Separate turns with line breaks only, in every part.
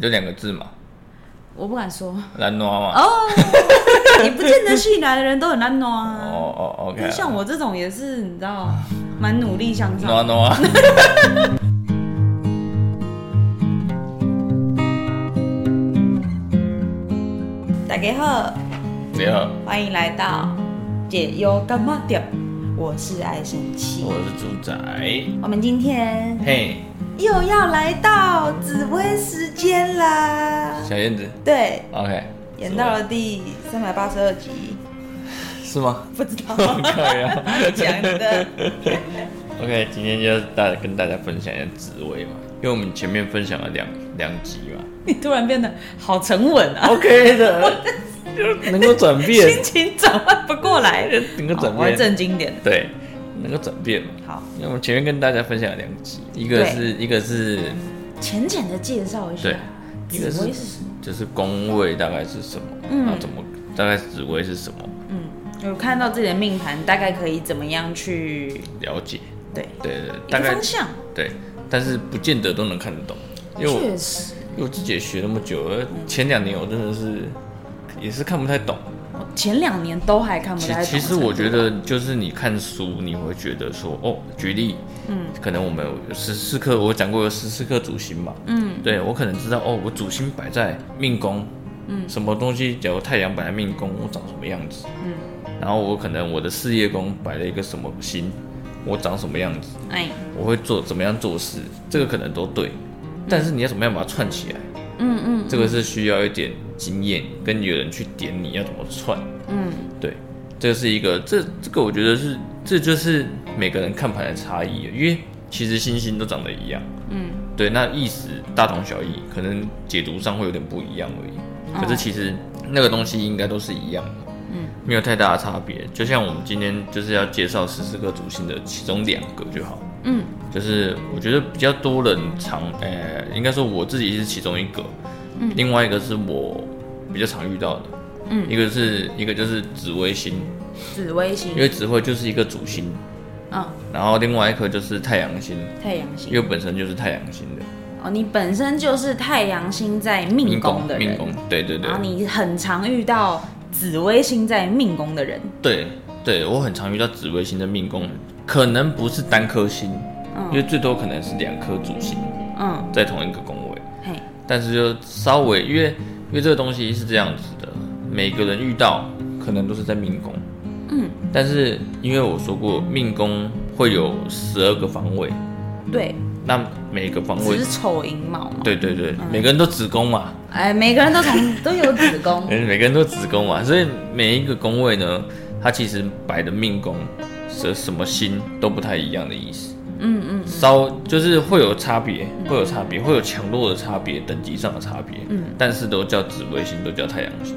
就两个字嘛，
我不敢说。
兰诺嘛。
哦，也不见得新来的人都很难挪
哦
啊。
哦
因为
，OK 啊。
像我这种也是，你知道，蛮努力向
挪
上。
挪。啊 嗯
大家好，
你好，
欢迎来到解忧干嘛点，我是爱生气
我。是猪仔。
我们今天
嘿，
又要来到紫薇时间啦。
小燕子。
对，
OK。
演到了第三百八十二集，
是 吗？
不知道
可以啊
讲 的。
OK，今天就大跟大家分享一下紫薇嘛，因为我们前面分享了两两集嘛。
你突然变得好沉稳啊，
OK 的，就能够转
心
变，
情转换不过来。
能够转
好我要
变，
正经点。
对，能够转变嘛。
好，
因为我们前面跟大家分享了两集，一个
对
是一个是
浅浅的介绍一下
对，一
紫
个
薇是什么？
就是宫位大概是什么，
嗯
然后怎么大概紫薇是什么
嗯，有看到自己的命盘，大概可以怎么样去
了解，
对
对对，对
一
大
哦个
概
方向？
对，但是不见得都能看得懂，因为我
确实，
因为我自己也学那么久了，前两年我真的是也是看不太懂。
我前两年都还看不
其
太懂。啊
其实我觉，得就是你看书，你会觉得说哦，举例，嗯，可能我们有十四颗，我讲过有十四颗主星嘛，
嗯，
对我可能知道哦，我主星摆在命宫，嗯，什么东西，假如太阳摆在命宫，我长什么样子，
嗯，
然后我可能我的事业宫摆了一个什么星，我长什么样子，
哎，
我会做怎么样做事，这个可能都对，但是你要怎么样把它串起来，
嗯嗯
这个是需要一点经验，跟有人去点你要怎么串。
嗯，
对，这是一个这这个我觉得是这就是每个人看盘的差异了，因为其实星星都长得一样，
嗯，
对，那意思大同小异，可能解读上会有点不一样而已。可是其实那个东西应该都是一样的，
哦嗯，
没有太大的差别。就像我们今天就是要介绍十四个主星的其中两个就好，
嗯，
就是我觉得比较多人常，呃，应该说我自己是其中一个，嗯，另外一个是我比较常遇到的，
嗯，
一个是一个就是紫微星，
紫微星
因，为紫慧就是一个主星，
嗯，
然后另外一颗就是太阳星，
太阳
因
星。
为本身就是太阳星的
哦，你本身就是太阳星在命宫的
命
人，
宫，对对对
然后你很常遇到紫微星在命宫的人，
对对，我很常遇到紫微星的命宫，可能不是单颗星，因为最多可能是两颗主星
嗯，
在同一个宫位，
嘿，
但是就稍微因为因为这个东西是这样子的，每个人遇到可能都是在命宫，
嗯，
但是因为我说过命宫会有十二个方位，
对，
那每个方位
子。嗯丑寅卯嘛，
对对对，每个人都子宫嘛，
哎，每个人都从都有子 宫，
嗯，每个人都子宫嘛，所以每一个宫位呢，它其实摆的命宫是什么星都不太一样的意思。
嗯嗯，
稍就是会有差别，会有差别，会有强弱的差别，等级上的差别。嗯，但是都叫紫微星，都叫太阳星。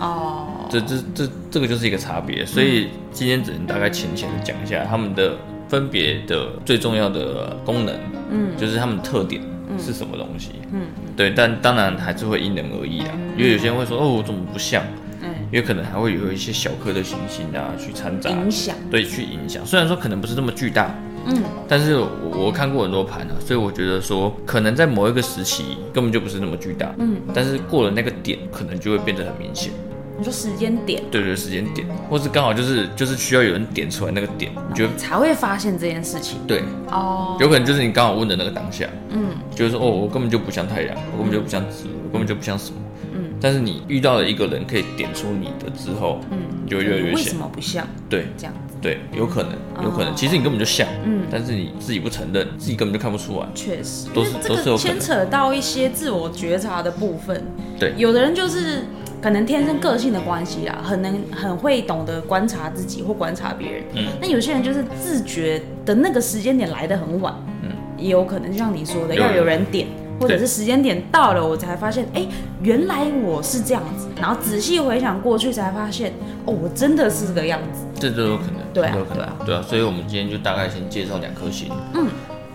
哦，
这这这这个就是一个差别，所以今天只能大概浅浅的讲一下他们的分别的最重要的功能，嗯，就是他们的特点是什么东西，嗯，对，但当然还是会因人而异啊，因为有些人会说哦，我怎么不像，
嗯，
因为可能还会有一些小颗的行星啊去掺杂，
影响，
对，去影响，虽然说可能不是那么巨大，
嗯，
但是我我看过很多盘啊，所以我觉得说，可能在某一个时期根本就不是那么巨大，嗯，但是过了那个点，可能就会变得很明显。
你说时间点，
对对时间点，或是刚好就是就是需要有人点出来那个点，你觉得
你哎才会发现这件事情，
对，
哦，
有可能就是你刚好问的那个当下，
嗯，
就是说哦，我根本就不像太阳，我根本就不像植物，我根本就不像什么，嗯，但是你遇到了一个人可以点出你的之后，嗯，你就会越来越
为什
像，
么哦不像
对
这样子？
对，有可能有可能，其实你根本就像，嗯，但是你自己不承认，自己根本就看不出来，
确实，因
都
为
是
这
都是有
个
可能
牵扯到一些自我觉察的部分，
对
有的人就是可能天生个性的关系啦，很能很会懂得观察自己或观察别人。
嗯，
那有些人就是自觉的那个时间点来的很晚。嗯，也有可能就像你说的，
有
要有人点，或者
对
是时间点到了，我才发现，哎、原来我是这样子。然后仔细回想过去，才发现，哦，我真的是这个样子。
这都有可能，
对啊
都有可
对
能
啊，
对啊，所以我们今天就大概先介绍两颗星，嗯，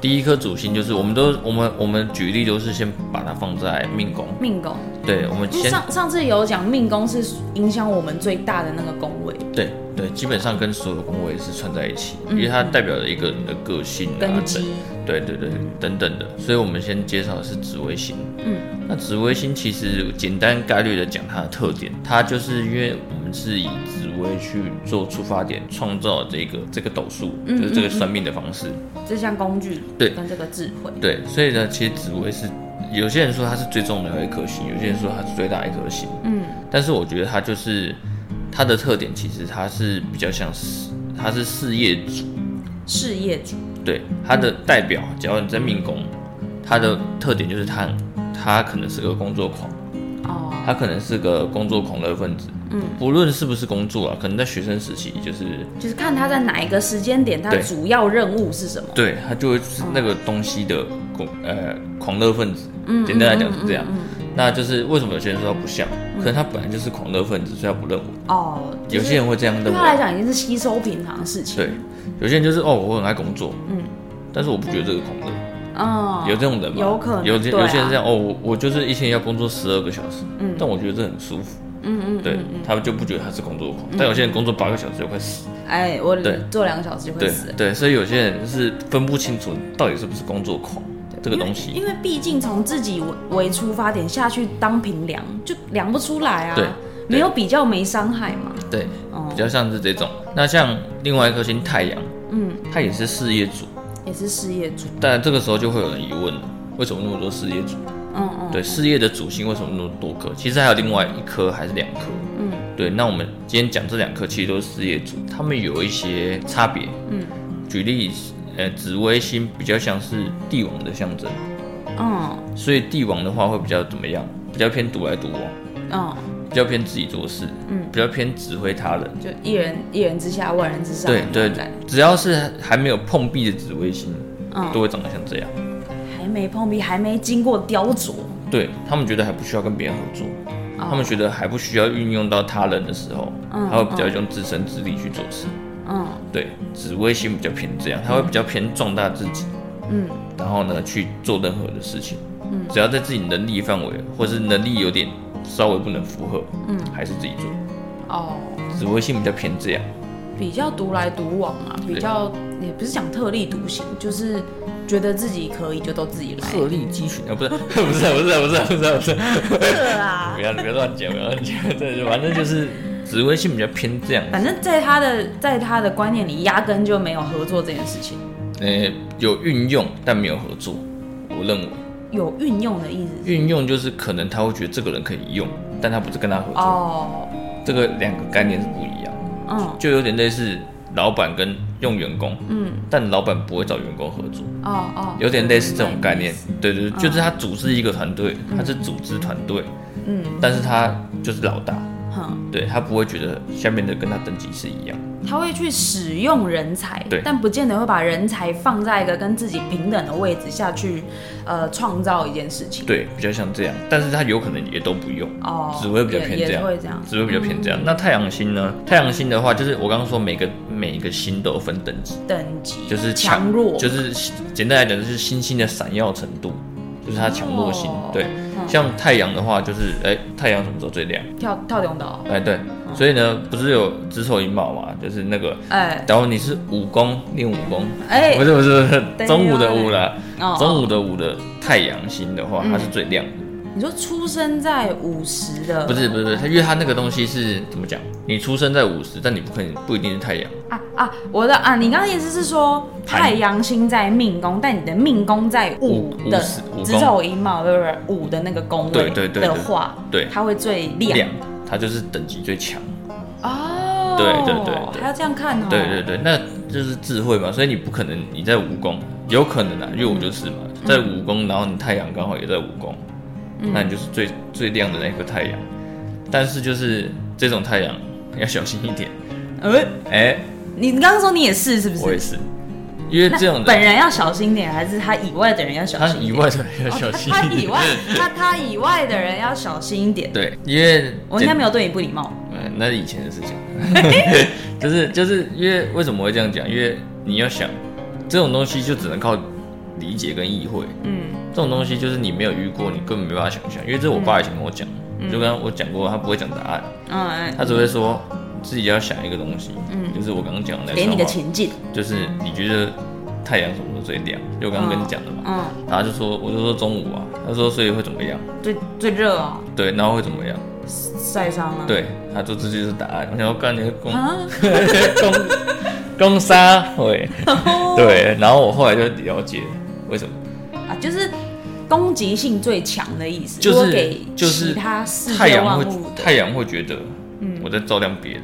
第一颗主星就是我们都我们我们举例都是先把它放在命宫。
命宫，
对，我们
因为
先
上上次有讲命宫是影响我们最大的那个宫位。
对，对，基本上跟所有宫位是串在一起，因为它代表了一个人的个性啊
嗯根
等
基，
对对对，等等的。所以我们先介绍的是紫微星。嗯，那紫微星其实简单概率的讲它的特点，它就是因为我们是以紫微去做出发点，创造这个这个斗数，
嗯
就是这个算命的方式。
这项工具
对
跟这个智慧，
对，所以呢，其实紫微是有些人说它是最重的一颗星，有些人说它是最大一颗星。嗯，但是我觉得它就是它的特点，其实它是比较像事，它是事业主。
事业主，
对，它的代表，只要你在命宫，它的特点就是它它可能是个工作狂，
哦，
它可能是个工作狂热分子。嗯，不论是不是工作啊，可能在学生时期就是
就是看他在哪一个时间点，他
对
主要任务是什么。
对他就会是那个东西的狂呃狂热分子，
嗯
简单来讲是这样。那就是为什么有些人说他不像，可能他本来就是狂热分子，所以他不认为。
哦，嗯就
有
是
些人会这样
对
认
他来
为，
讲已经是稀松平常的事情。
对，有些人就是哦，我很爱工作，嗯，但是我不觉得这个狂热，
嗯，
有这种人吗？
有可能
有些
对啊
有些人这样哦，我我就是一天要工作十二个小时，嗯，但我觉得这很舒服，嗯嗯，对他们就不觉得他是工作
嗯
狂，但有些人工作八个小时就快死，
哎，我
对
做两个小时就会
对
死了。
对，所以有些人就是分不清楚到底是不是工作狂这个东西，
因为毕竟从自己为为出发点下去当平量，就量不出来啊。
对
没有比较没伤害嘛。
对，
哦
比，较像是这种。那像另外一颗星太阳，嗯，它也是事业主，
也是事业主。
但这个时候就会有人疑问了，为什么那么多事业主？
嗯嗯，
对事业的主星为什么那么多颗？其实还有另外一颗还是两颗。嗯，对。那我们今天讲这两颗其实都是事业主，他们有一些差别。嗯，举例，呃，紫微星比较像是帝王的象征，
嗯
所以帝王的话会比较怎么样？比较偏独来独往，
嗯，
比较偏自己做事，嗯，比较偏指挥他人。
就一人一人之下，万人之上。
对对
对，
只要是还没有碰壁的紫微星，
嗯
都会长得像这样。
还没碰壁，还没经过雕琢。
对他们觉得还不需要跟别人合作，
哦
他们觉得还不需要运用到他人的时候，他会比较用自身之力去做事。
嗯，
对，紫微星比较偏这样，他会比较偏壮大自己，
嗯，
然后呢去做任何的事情，嗯，只要在自己能力范围或是能力有点稍微不能符合，嗯，还是自己做。
哦，
紫微星比较偏这样，
比较独来独往啊，比较也不是讲特立独行，就是觉得自己可以就都自己 来。
鹤立鸡群啊，不是 不是不是不是不是不是，
是啊
不，要不要乱讲，不要乱讲， 对，反正就是紫微星比较偏这样子
反正在他的在他的观念里，压根就没有合作这件事情。
呃，有运用但没有合作，我认为
有运用的意思是
运用就是可能他会觉得这个人可以用，但他不是跟他合作，
哦，
这个两个概念是不一样，
嗯，
就有点类似老板跟用员工，嗯，但老板不会找员工合作，
哦哦，
有点类似这种概念
明白，
对对，对就是他组织一个团队，他是组织团队，嗯，但是他就是老大，
意思。哼，
对他不会觉得下面的跟他等级是一样，
他会去使用人才，
对
但不见得会把人才放在一个跟自己平等的位置下去，呃，创造一件事情。
对，比较像这样，但是他有可能也都不用，
哦，
紫薇比较
也
偏这
也
样
会这样。
只会比较偏这样。那太阳星呢？太阳星的话，就是我刚刚说每个每一个星都有分等级，
等级
就是
强弱，
就是简单来讲就是星星的闪耀程度，就是它强弱星。
哦
对，像太阳的话，就是哎、太阳什么时候最亮？
跳跳泳岛，
哎、对，
嗯
所以呢，不是有子丑寅卯嘛，就是那个。
哎
假如你是武功练武功，
哎
不是不是不是
对
中午的
啊
午啦，
哦，
中午的午的太阳星的话，它是最亮的。
你说出生在五十的，
不是不是不是，它因为它那个东西是怎么讲？你出生在五十，但你不可能不一定是太阳。
啊啊，我的啊，你刚刚意思是说
盘
太阳星在命宫，但你的命宫在午
午
的
午时午宫
子丑寅卯，对不对？午的那个宫位
对对对对
的话，
对
它会最亮
量，它就是等级最强。
哦。
对对对对
还要这样看哦。
对对对，那就是智慧嘛，所以你不可能你在武功，有可能啊，因为我就是嘛，
嗯
在武功，然后你太阳刚好也在武功，那你就是最最亮的那颗太阳。但是就是这种太阳要小心一点，
呃，
哎、
你刚刚说你也是是不
我也
是？
是，因为这种
本
人
人要小心点，还是他以外的人要小
他
心一
以
点？
外的人要小心
哦他
一
以
点。
外，他他以外的人要小心一点。
对，因为
我应该没有对你不礼貌。
嗯，那是以前的 事情，就是就是因为为什么会这样讲？因为你要想这种东西就只能靠理解跟意会，
嗯，
这种东西就是你没有遇过，你根本没办法想象。因为这是我爸以前跟我讲，就跟我讲过，他不会讲答案，
嗯，
他只会说自己要想一个东西，嗯，就是我刚刚讲的那
给你
笑
个
话
情境，
就是你觉得太阳什么时候最亮？就我刚刚跟你讲的嘛，
嗯，
然后他就说，我就说中午啊，他说所以会怎么样？
最最热哦，
对，然后会怎么样？
晒伤啊了，
对，他说这就是答案。我想要干你个公
啊，
公公杀会，
哦
对，然后我后来就了解为什么，
啊，就是攻击性最强的意思，
就
多
是
给
就是
其他世
太
界
阳
万
会
物的嗯
太阳会觉得，我在照亮别人，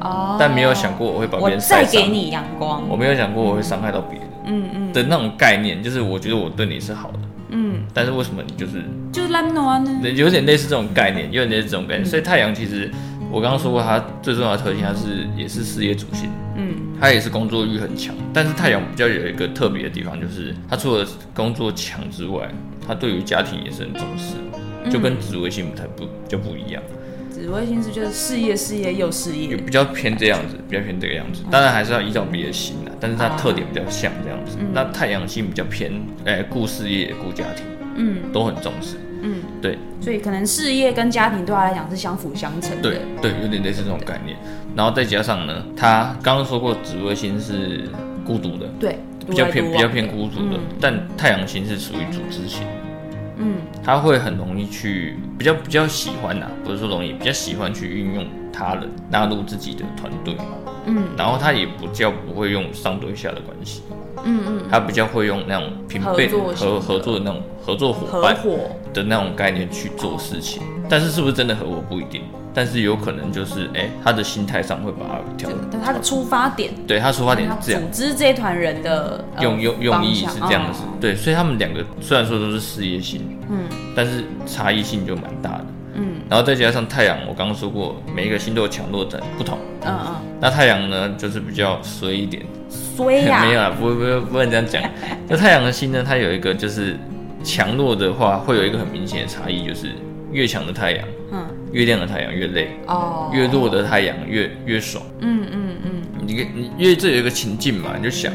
哦，
但没有想过我会把别
我
人晒
再
伤
给，你阳光，
我没有想过我会伤害到别人，嗯嗯的那种概念，就是我觉得我对你是好的，
嗯，
但是为什么你就是
就是烂啊暖呢，
有点类似这种概念，有点类似这种
嗯
概念。所以太阳其实我刚刚说过，它最重要的特性，它是也是事业主性，
嗯，
它也是工作欲很强。但是太阳比较有一个特别的地方，就是它除了工作强之外，它对于家庭也是很重视，
嗯
就跟紫微星不太不就不一样，
紫微星是就是事业事业又事
也
业，
比较偏这样子，比较偏这个样子。当然还是要依照别的星啊，但是它特点比较像这样子。
嗯
那太阳星比较偏，哎、顾事业、顾家庭
嗯
都很重视。
嗯，
对，
所以可能事业跟家庭对他来讲是相辅相成的，
对对，有点类似这种概念。然后再加上呢，他刚刚说过紫微星是孤独的，
对，
比较
独来独
偏
往嗯
比较偏孤独的，但太阳星是属于组织型，嗯，他会很容易去比较比较喜欢呐、不是说容易，比较喜欢去运用他人，纳入自己的团队，嗯，然后他也不叫不会用上对下的关系，嗯嗯，他比较会用那种平辈
合作型
合
的
合作的那种合作伙
合
伴，
伙，
的那种概念去做事情，但是是不是真的和我不一定，但是有可能就是哎、他的心态上会把它调
就，但他的出发点，
对他出发点
他
是哎这样
组，织这团人的呃
用用用意
方
是
向
这样子
哦，
对，所以他们两个虽然说都是事业心，
嗯，
但是差异性就蛮大的，嗯，然后再加上太阳，我刚刚说过每一个星座强弱在不同，
嗯嗯，
那太阳呢就是比较随一点，
衰哎 呀，
没有啊，不会不会不能这样 讲，那太阳的星呢，它有一个就是强弱的话会有一个很明显的差异，就是越强的太阳。
嗯
越亮的太阳越累，
哦，
越弱的太阳越越爽。
嗯嗯嗯，
你跟你因为这有一个情境嘛，你就想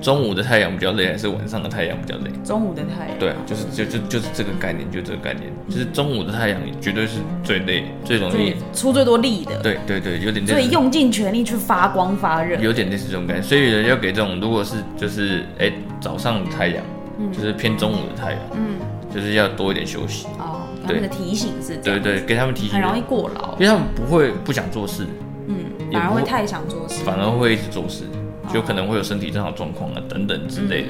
中午的太阳比较累，还是晚上的太阳比较累？
中午的太阳，
对，啊就是就就就是这个概念，就这个概念，就是中午的太阳绝对是最累、最容易
最，出最多力的，
对对对，有点
所
类
以
似，
用尽全力去发光发热，
有点类似这种感觉。所以人要给这种，如果是就是哎、早上的太阳，就是偏中午的太阳，
嗯，
就是要多一点休息。
哦，他们的提醒是这
对
样，
对，给他们提醒
很，容易过劳
因，为他们不会不想做事，
嗯，
也
反而
不
会
会
太想做事，
反而会一直做事，
哦
就可能会有身体正常状况啊等等
嗯
之类的。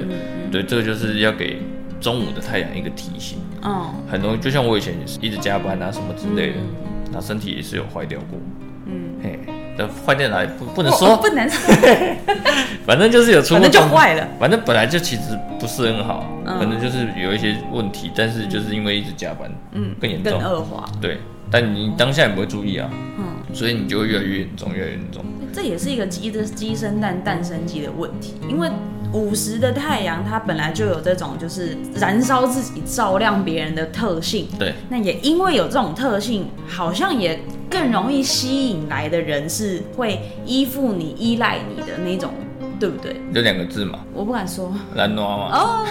对，这个就是要给中午的太阳一个提醒，
嗯，
很容易，就像我以前也是一直加班啊什么之类的，
嗯
那、身体也是有坏掉过。嗯，嘿，那坏在哪里不不能
我
说，
我不能说，
反正就是有出
反
过
正就
状况
坏了，
反正本来就其实不是很好，
嗯
可能就是有一些问题，但是就是因为一直加班，嗯，更严
更
重。
恶化，
对，但你当下也不会注意啊，嗯，所以你就会越来越严重，越来越严重。
这也是一个鸡的鸡生蛋，蛋生鸡的问题，因为午时的太阳它本来就有这种就是燃烧自己、照亮别人的特性，
对，
那也因为有这种特性，好像也更容易吸引来的人是会依附你、依赖你的那种，对不对？
就两个字嘛，
我不敢说
懒惰啊嘛。
哦，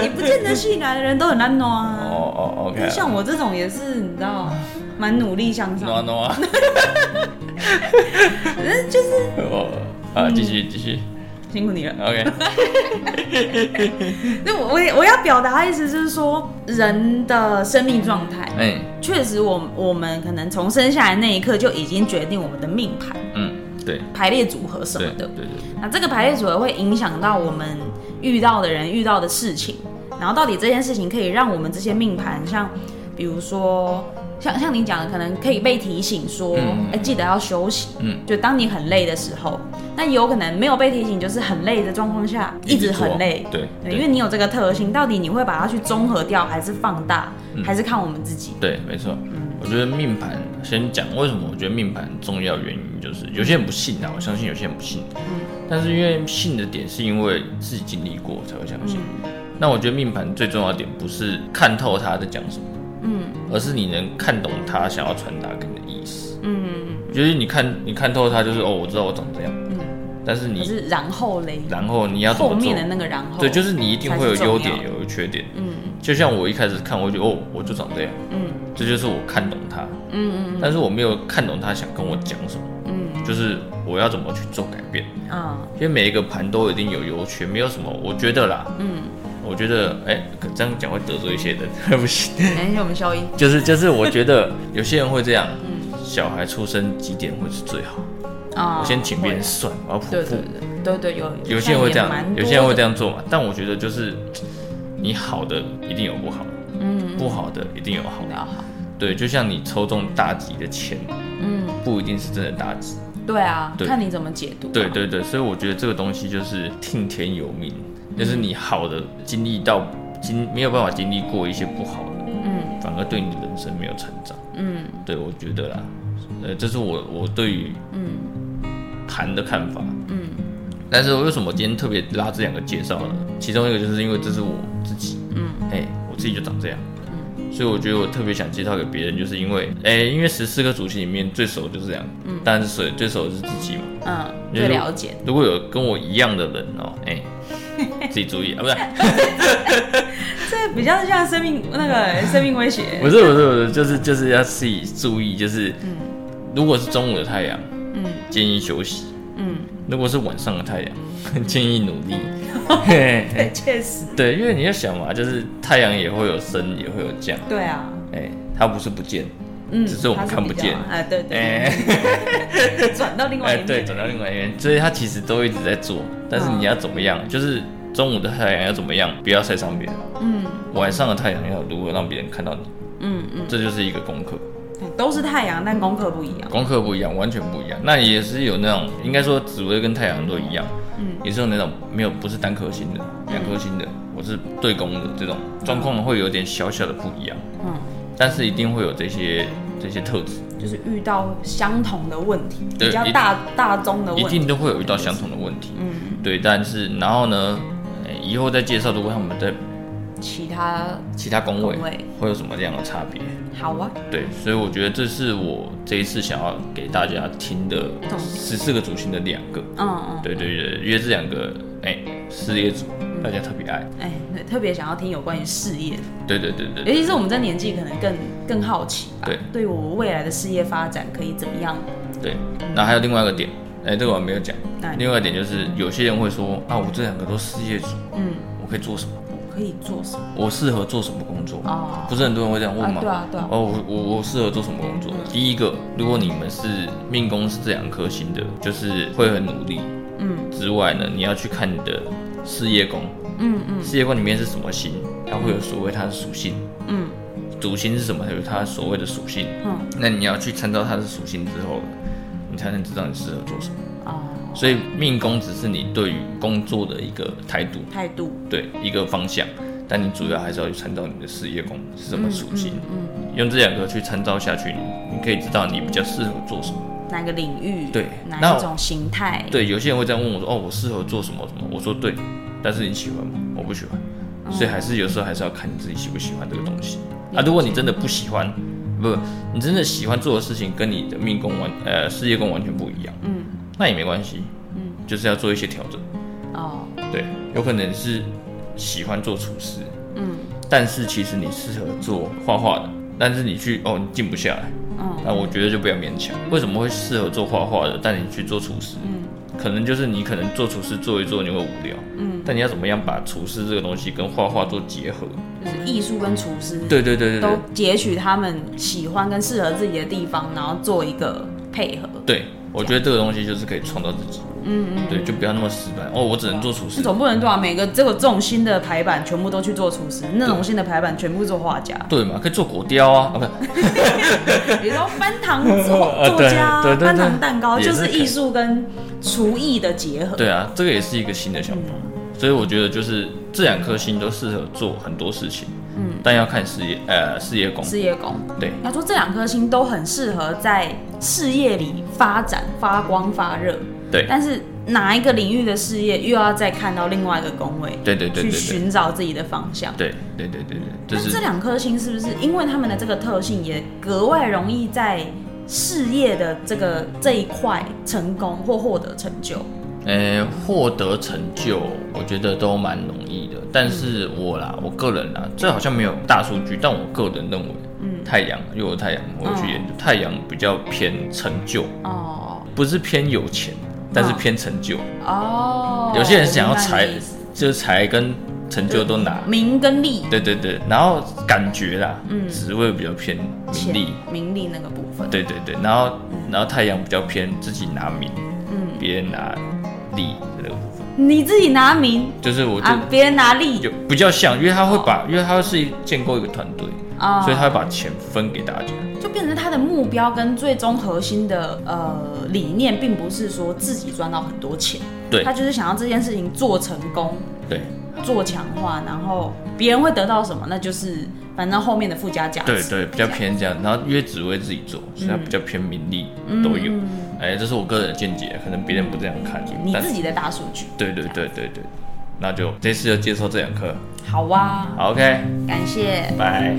也不见得吸引来的人都很难挪啊。
哦哦
但
，OK
是
啊。
像我这种也是，你知道，蛮努力向
喏
上。
喏，就是哦啊，
嗯
继续继续
辛苦你了。
，OK，
那我我也我要表达的意思就是说，人的生命状态，
哎，
确实我我们可能从生下来那一刻就已经决定我们的命盘
嗯，对
排列组合什
对
么
对
的。
对对，
那这个排列组合会影响到我们遇到的人、遇到的事情，然后到底这件事情可以让我们这些命盘，像比如说，像像你讲的，可能可以被提醒说，哎、
嗯
记得要休息。
嗯，
就当你很累的时候，但有可能没有被提醒，就是很累的状况下，一直
做
很累。
对
对，因为
对
你有这个特性，到底你会把它去综合掉，还是放大，
嗯
还是看我们自己？
对，没错。
嗯
我觉得命盘先讲为什么我觉得命盘重要原因就是有些人不信啊，我相信有些人不信，
嗯
但是因为信的点是因为自己经历过才会相信。
嗯
那我觉得命盘最重要的点不是看透他在讲什么，嗯，而是你能看懂他想要传达给你的意思。
嗯，
就是你看你看透他，就是哦，我知道我长这样，嗯，但是
可
你
是然后嘞，
然后你要怎
后
么做
面？的那个然后，
对，就是你一定会有优点
才是重，
有缺点，嗯，就像我一开始看，我觉得哦，我就长这样，
嗯
这就是我看懂他，
嗯嗯
但是我没有看懂他想跟我讲什么，
嗯
就是我要怎么去做改变。
嗯啊
因为每一个盘都一定有优缺，没有什么，我觉得啦，
嗯，
我觉得，哎、可这样讲会得罪一些人， 对不起，
感哎谢我们消音，
就是就是，我觉得有些人会这样，
嗯
小孩出生几点会是最好？
啊，
我先请别人
会，
算，我要匍
哦对
腹
对。对对对有
有些人会这样，有些人会这
样，
样做嘛。但我觉得就是，你好的一定有不好，
嗯，啊
不好的一定有好
比。较好，
对，就像你抽中大吉的钱，
嗯，
不一定是真的大吉。
对啊，
对
看你怎么解读啊，
对对对，所以我觉得这个东西就是听天由命，
嗯
就是你好的经历到经没有办法经历过一些不好的，
嗯
反而对你的人生没有成长。
嗯
对我觉得啦，呃，这是我我对于
嗯
盘的看法。
嗯
但是为什么今天特别拉这两个介绍呢？其中一个就是因为这是我自己，
嗯
哎、我自己就长这样，所以我觉得我特别想介绍给别人，就是因为，哎、因为十四个主题里面最熟就是这样，嗯，但是最最熟的是自己嘛。
嗯，
就是
最了解，
如果有跟我一样的人哦， 哎、自己注意啊，不是，
这比较像生命那个生命威胁，
嗯不是，不是，不是，就是就是要自己注意，就是，如果是中午的太阳，
嗯
建议休息；
嗯，
如果是晚上的太阳， 建议努 力。嘿嘿
对，哎确实，
对，因为你要想嘛，就是太阳也会有升，也会有降，
对啊，
哎、它不是不见，
嗯，
只是我们
它
看不
比较
见
啊，对对
哎、
对，转到另外
哎，
一面，
对，转到另外一边，所以他其实都一直在做，但是
嗯
你要怎么样，就是中午的太阳要怎么样，不要晒伤别人，
嗯
晚上的太阳要如何让别人看到你，
嗯嗯
这就是一个功课，
嗯，都是太阳，但功课不一样，
功课不一样，完全不一样。那也是有那种，应该说紫薇跟太阳都一样，
嗯
也是有那种没有不是单颗星的，两颗星的，我是对攻的这种状况会有点小小的不一样，
嗯。
但是一定会有这些这些特质，
就是遇到相同的问题，
对
比较
一
大大宗的
一
问题。
定都会有遇到相同的问题。
嗯，
对，但是然后呢，哎以后再介绍，如果他们在
其他
其他工位
工位
会有什么样的差别？
好啊，
对，所以我觉得这是我这一次想要给大家听的
懂
十四个主星的两个，
嗯嗯，
对对对，因为这两个哎事业组大家特别爱，
哎、特别想要听有关于事业的，
对对对对
尤其是我们这年纪，可能更更好奇吧。
对，
对我未来的事业发展可以怎么样？
对。那还有另外一个点，哎，这个我没有讲
哪里。
另外一点就是有些人会说啊，我这两个都事业组，
嗯，
我可以做什么？
我可以做什么？
我适合做什么工作？
哦
不是很多人会这样问吗？
啊对啊对啊
哦，我我我适合做什么工作？第一个，如果你们是命宫是这两颗星的，就是会很努力。
嗯
之外呢，你要去看你的事业宫，
嗯嗯
事业宫里面是什么星，它会有所谓它的属性，
嗯
主星是什么，有它所谓的属性。
嗯，
那你要去参照它的属性之后，你才能知道你适合做什么。
哦，
所以命宫只是你对于工作的一个态度，
态度，
对一个方向，但你主要还是要去参照你的事业宫是什么属性，
嗯，
用这两个去参照下去，你你可以知道你比较适合做什么。
哪个领域？
对
哪
那
一种形态？，
对，有些人会这样问我说：“哦，我适合做什么什么？”我说：“对，但是你喜欢吗？我不喜
哦
欢，所以还是有时候还是要看你自己喜不喜欢这个东西
嗯
啊。如果你真的不喜欢，不，你真的喜欢做的事情跟你的命宫完呃事业宫完全不一样，
嗯，
那也没关系，嗯，就是要做一些调整。
哦，
对，有可能是喜欢做厨师，
嗯
但是其实你适合做画画的，但是你去哦，你静不下来，
嗯
那我觉得就不要勉强。为什么会适合做画画的，但你去做厨师？可能就是你可能做厨师做一做你会无聊，
嗯，
但你要怎么样把厨师这个东西跟画画做结合？
就是艺术跟厨师。
对对对对
都
对
截取他们喜欢跟适合自己的地方，然后做一个配合。
对，我觉得这个东西就是可以创造自己，嗯嗯，对，就不要那么死板哦，我只能做厨
你
师。
总不能对吧？每个这个这种新的排版全部都去做厨师，那种新的排版全部做画 家，
对嘛，可以做果雕啊，啊不是，
比如说翻糖作
呃
作
对
家啊、
对对对
翻糖蛋糕，
也是
就是
可以
艺术跟厨艺的结合。
对啊，这个也是一个新的想法，所以我觉得就是这两颗星都适合做很多事情，嗯，但要看事业呃事业宫，
事业宫，
对
要说这两颗星都很适合在事业里发展、发光发热，
对
但是哪一个领域的事业，又要再看到另外一个宫位，
对对对对
去
对
寻找自己的方向。
对对对对对，就
那
是
这两颗星是不是因为他们的这个特性，也格外容易在事业的这个这一块成功或获得成就？嗯
呃获得成就，我觉得都蛮容易的，但是我啦，我个人啦，这好像没有大数据，但我个人认为，
嗯
太阳，因为我太阳，我有去研究、太阳比较偏成就，
哦
不是偏有钱，但是偏成就。
嗯哦，
有些人想要
我明白
财
你的意思，嗯
就是财跟成就都拿。
名跟利，
对对对，然后感觉啦，
嗯
职位比较偏名利，
钱名利那个部分，
对对对，然后然后太阳比较偏自己拿名，嗯，别人拿利这个部分，
你自己拿名
就是我就、
啊，哦别人拿利
有比较像，因为他会把，因为他是建构一个团队，
啊，
所以他会把钱分给大家。
就变成他的目标跟最终核心的呃理念，并不是说自己赚到很多钱，
对
他就是想要这件事情做成功、
对
做强化，然后别人会得到什么，那就是反正后面的附加价值。
对对，比较偏这样。然后因为紫薇自己做，
嗯
所以他比较偏名利都有。哎，这是我个人的见解，可能别人不这样看。
你
但
自己的大数据。
对对对对对，那就这次就接受这两课。
好哇、啊
好，OK，
感谢。
拜。